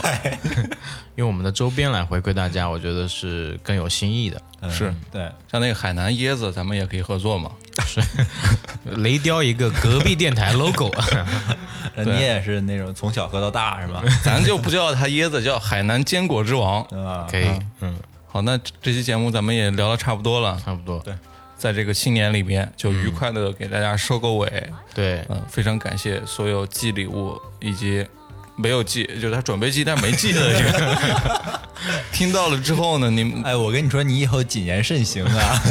Speaker 2: 用我们的周边来回馈大家，我觉得是更有新意的。
Speaker 1: 是，
Speaker 3: 嗯对，
Speaker 1: 像那个海南椰子，咱们也可以合作嘛。
Speaker 2: 雷雕一个隔壁电台 logo，
Speaker 3: 那你也是那种从小喝到大是吧？
Speaker 1: 咱就不叫它椰子，叫海南坚果之 王。
Speaker 3: 啊，
Speaker 2: 可以，嗯，
Speaker 1: 好，那这这期节目咱们也聊得差不多了，
Speaker 2: 差不多。对
Speaker 1: 在这个新年里边，就
Speaker 2: 嗯
Speaker 1: 愉快的给大家收个尾。
Speaker 2: 对，
Speaker 1: 嗯、非常感谢所有寄礼物以及没有寄，就是他准备寄但没寄的这个。 听到了之后呢，你们
Speaker 3: 哎，我跟你说，你以后谨言慎行啊，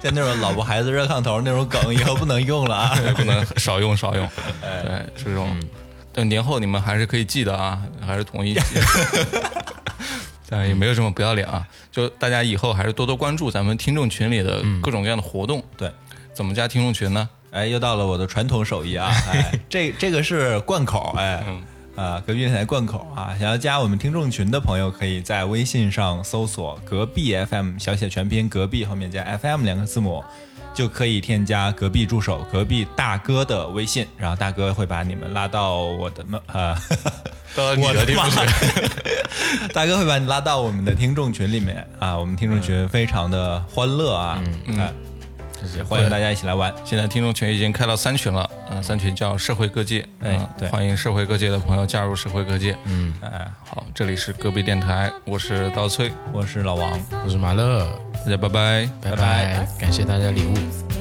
Speaker 3: 像那种老婆孩子热炕头那种梗，以后不能用了 啊。
Speaker 1: 不能少用少用，对，是这种。哎嗯但年后你们还是可以记得啊，还是统一记。 但也没有这么不要脸啊，就大家以后还是多多关注咱们听众群里的各种各样的活动。
Speaker 3: 对，
Speaker 1: 怎么加听众群呢？
Speaker 3: 哎，又到了我的传统 手艺啊，哎，这这个是贯口，哎，
Speaker 1: 嗯
Speaker 3: 啊，隔壁电台贯口啊，想要加我们听众群的朋友，可以在微信上搜索“隔壁 FM” 小写全拼，隔壁后面加 FM 两个字母，就可以添加隔壁助手、隔壁大哥的微信，然后大哥会把你们拉到我的们呃，
Speaker 1: 到 你的地方去。
Speaker 3: 大哥会把你拉到我们的听众群里面啊，我们听众群非常的欢乐啊，嗯，也欢迎大家一起来玩。
Speaker 1: 现在听众群已经开到三群了，啊、三群叫社会各界，
Speaker 3: 哎
Speaker 1: 啊
Speaker 3: 对
Speaker 1: 欢迎社会各界的朋友加入社会各界。嗯，
Speaker 3: 哎，
Speaker 1: 好，这里是隔壁电台，我是刀崔，
Speaker 3: 我是老王，
Speaker 2: 我是马乐，
Speaker 1: 大家拜拜。
Speaker 2: 拜
Speaker 3: 拜
Speaker 2: 拜，感谢大家礼物。